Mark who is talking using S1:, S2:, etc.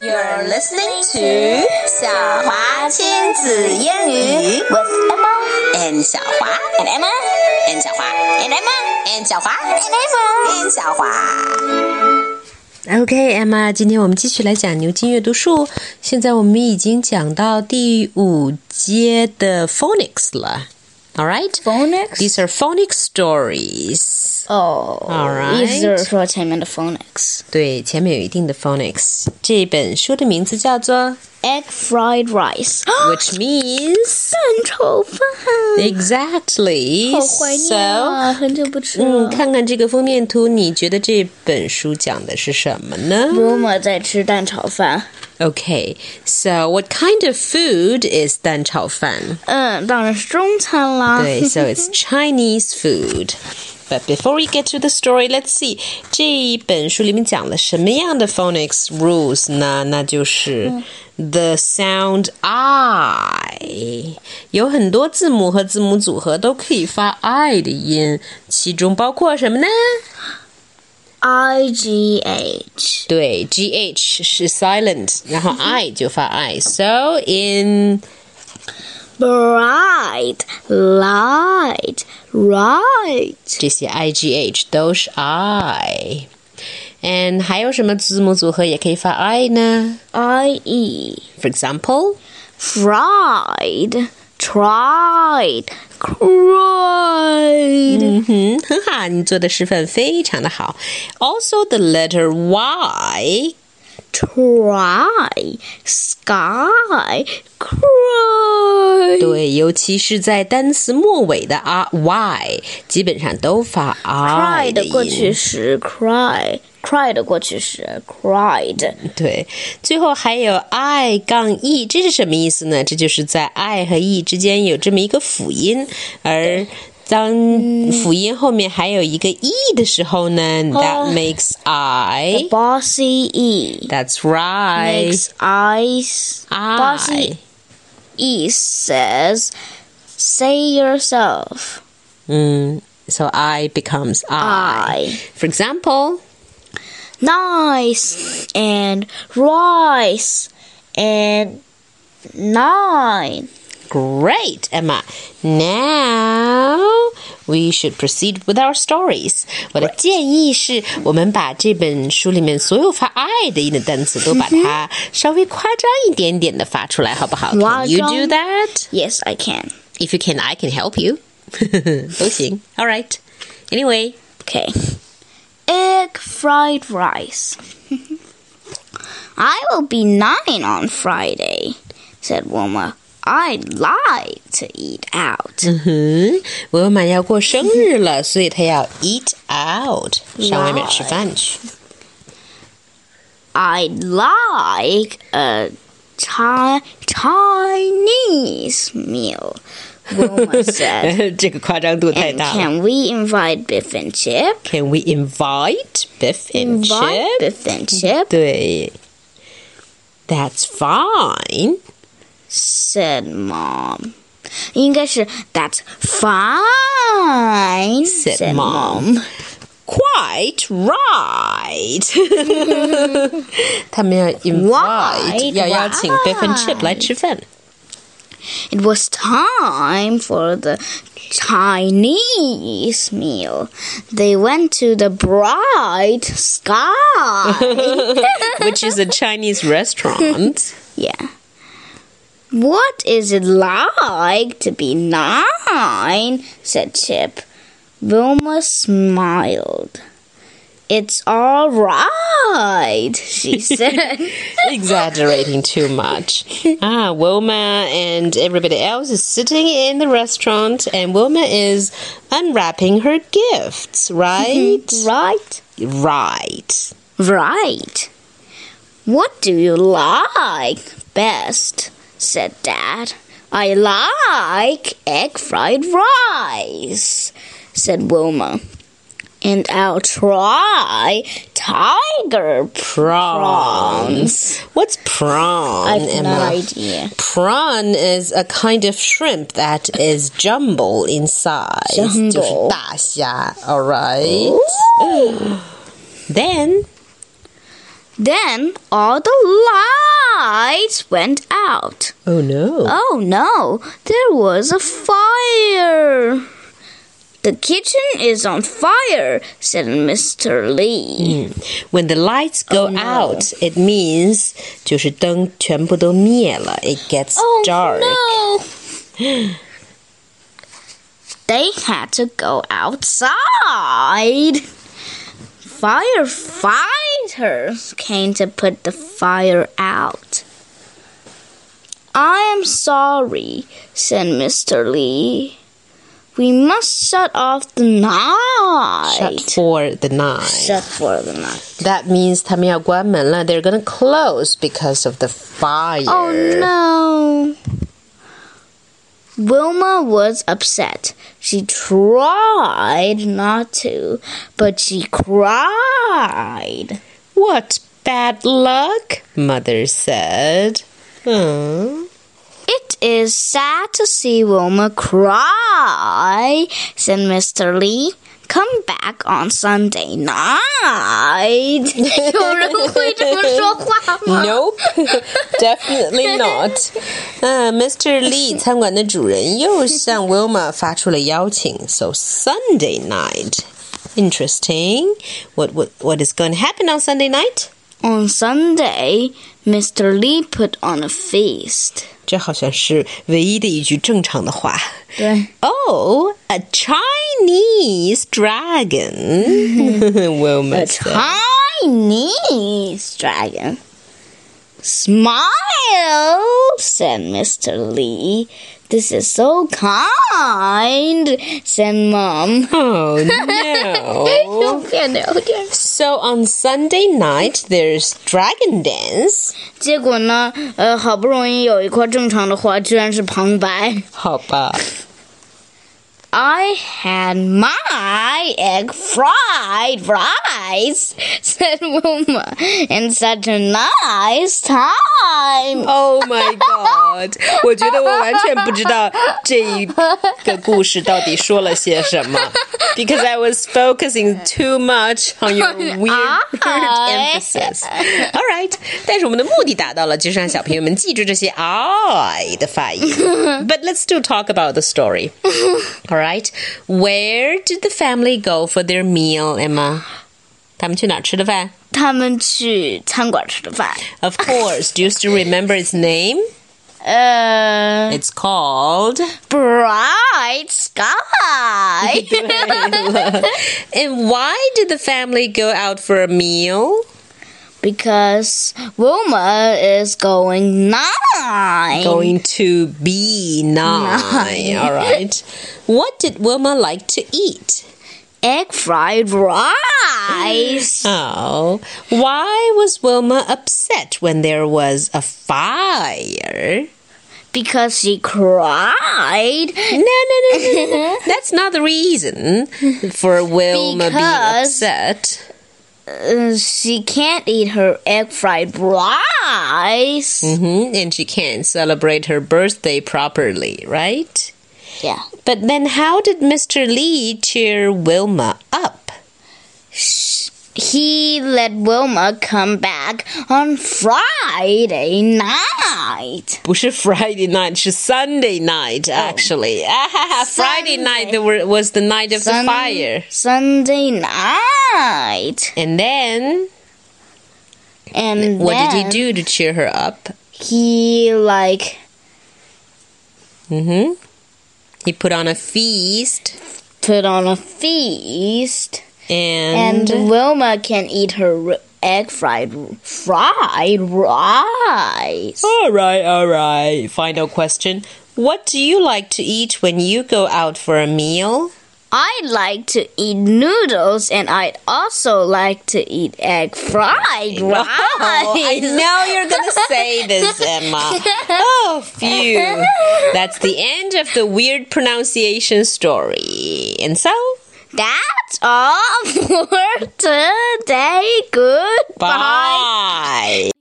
S1: You're listening to 小华亲子英语 with Emma and 小华 and Emma and 小华 and Emma and 小华 and Emma and 小华。
S2: OK，Emma，、今天我们继续来讲牛津阅读树。现在我们已经讲到第五阶的 phonics 了。All right,
S3: Phonics?
S2: These are phonic stories.
S3: Oh,
S2: All right.
S3: 意思是说前面的 phonics。
S2: 对，前面有一定的 phonics。这本书的名字叫做
S3: Egg fried rice，
S2: ，which means
S3: 蛋炒饭，
S2: exactly
S3: 好怀念啊很久不
S2: So，
S3: 吃
S2: 嗯，
S3: 了。
S2: 看看这个封面图，你觉得这本书讲的是什么呢？
S3: Roma 在吃蛋炒饭，
S2: Okay, so what kind of food is 蛋炒饭？
S3: 嗯，当然是中餐啦。
S2: 对，so it's Chinese food. But before we get to the story, let's see 这一本书里面讲了什么样的 phonics rules 呢？那就是 the sound i，有很多字母和字母组合都可以发 i 的音，其中包括什么呢？
S3: I G H，
S2: 对，g h 是 silent，然后 i 就发 i。So in
S3: bright light right，
S2: 这些 i g h 都是 i。And 还有什么字母组合也可以发 i 呢
S3: I E
S2: ？For example,
S3: fried tried cried，、
S2: 嗯哼，很好，你做的示范非常的好。Also, the letter y
S3: try, sky, cry.
S2: 对，尤其是在单词末尾的 r y，基本上都发
S3: Cry
S2: i 的
S3: 的过去
S2: 音。
S3: 时，cry。cry 的过去时，cried。
S2: 对，最后还有 i 杠 e，这是什么意思呢？这就是在 i 和 e 之间有这么一个辅音，而当辅音后面还有一个 e 的时候呢、t h a
S3: 啊
S2: t makes i。
S3: Bossy E
S2: That's right.
S3: makes ice.
S2: I.
S3: Bossy E says, "Say yourself."
S2: 嗯，so I becomes I.
S3: I
S2: For example,
S3: nice and rice and nine.
S2: Great, Emma. Now we should proceed with our stories. 我的建议是我们把这本书里面所有发 I 的音的单词都把它稍微夸张一点点的发出来，好不好？Can you
S3: 夸
S2: do
S3: 张
S2: that?
S3: Yes, I can.
S2: If you can, I can help you. 都行。All right. Anyway,
S3: Okay. Egg fried rice. I will be nine on Friday, said Wilma. I'd like to eat out.
S2: 嗯，mm-hmm. 我妈要过生日了，所以她要 eat out，上外面吃饭去。
S3: I'd like a chi- Chinese meal, Wilma said.
S2: 这个夸张度太
S3: and
S2: 大了。
S3: can we invite Biff and Chip?
S2: Can we invite Biff and
S3: Invite
S2: Chip?
S3: Biff and Chip,
S2: 对，That's fine.
S3: said Mom. 应该是 That's fine,
S2: Said
S3: said
S2: Mom.
S3: Mom.
S2: Quite right. 他们要 invite，
S3: Right,
S2: 要邀请 Biff and Chip
S3: right.
S2: 来吃饭。
S3: It was time for the Chinese meal. They went to the bright sky.
S2: Which is a Chinese restaurant.
S3: yeah. What is it like to be nine? said Chip. Wilma smiled. It's all right, she said.
S2: Exaggerating too much. Ah, Wilma and everybody else is sitting in the restaurant, and Wilma is unwrapping her gifts, right?
S3: right?
S2: Right.
S3: Right. What do you like best? said Dad. I like egg fried rice, said Wilma. And I'll try tiger
S2: Prawns.
S3: prawns.
S2: What's prawn,
S3: I have
S2: Emma?
S3: no idea.
S2: Prawn is a kind of shrimp that is jumbo in size.
S3: Jumbo.
S2: 就是大虾, all right. Then
S3: Then all the lights went out.
S2: Oh no.
S3: Oh no, there was a fire. The kitchen is on fire, said Mr. Lee.
S2: When the lights go
S3: Oh, no.
S2: out, it means 就是灯全部都灭了，it gets
S3: Oh
S2: dark。
S3: no! They had to go outside. Firefighters came to put the fire out. I am sorry, said Mr. Lee. We must shut off the night.
S2: Shut for the night.
S3: Shut for the night.
S2: That means 他们要关门了。They're gonna close because of the fire.
S3: Oh no. Wilma was upset. She tried not to, but she cried.
S2: What bad luck? Mother said. Hmm.
S3: It is sad to see Wilma cry, said Mr. Lee. Come back on Sunday night. 有人会这么说话吗
S2: Nope, definitely not. 嗯、m r Lee 餐馆的主人又向 Wilma 发出了邀请。So Sunday night, interesting. What what what is going to happen on Sunday night?
S3: On Sunday, Mr. Lee put on a feast.
S2: 这好像是唯一的一句正常的话。
S3: 对。
S2: Oh, a Chinese dragon. Wilma
S3: A
S2: said.
S3: Chinese dragon. Smile, said Mr. Lee. This is so kind, said Mom.
S2: Oh no.
S3: 又变了点。
S2: So on Sunday night, there's dragon dance.
S3: 结果呢？呃，好不容易有一块正常的话，居然是旁白。
S2: 好吧
S3: I had my egg fried rice, said Wilma, and such a nice time.
S2: Oh my god！我觉得我完全不知道这一个故事到底说了些什么，because I was focusing too much on your weird emphasis. All right，但是我们的目的达到了，就是让小朋友们记住这些 I 的发音。But let's still talk about the story. All right, where did the family go for their meal, Emma？他们去哪儿吃的饭
S3: 他们去餐馆吃的饭。
S2: ？Of course, do you still remember its name?
S3: 呃
S2: It's called.
S3: Uh, ，Bright Sky
S2: and why did the family go out for a meal?
S3: because Wilma is going nine.
S2: Going to be nine. All right. What did Wilma like to eat?
S3: egg fried rice.
S2: Oh, why was Wilma upset when there was a fire?
S3: Because she cried.
S2: No, no, no, no, no. That's not the reason for Wilma being
S3: Because-
S2: upset.
S3: Uh, she can't eat her egg fried rice.
S2: hmm And she can't celebrate her birthday properly, right?
S3: Yeah.
S2: But then how did Mr. Lee cheer Wilma up?
S3: He let Wilma come back on Friday night.
S2: 不是 Friday night, 是 Sunday
S3: Oh.
S2: night actually. Ah, Friday night the wor- was the night of
S3: Sun-
S2: the fire.
S3: Sunday night.
S2: And then
S3: And
S2: what did he
S3: then
S2: do to cheer her up?
S3: He like
S2: hmm He put on a feast
S3: put on a feast,
S2: and,
S3: and, Wilma can eat her r- egg fried fried rice.
S2: All right, all right. Final question. What do you like to eat when you go out for a meal?
S3: I like to eat noodles, and I also like to eat egg fried rice.
S2: Oh, I know you're going to say this, Emma. Oh, phew. That's the end of the weird pronunciation story. And so,
S3: That's all for today. Goodbye.
S2: bye.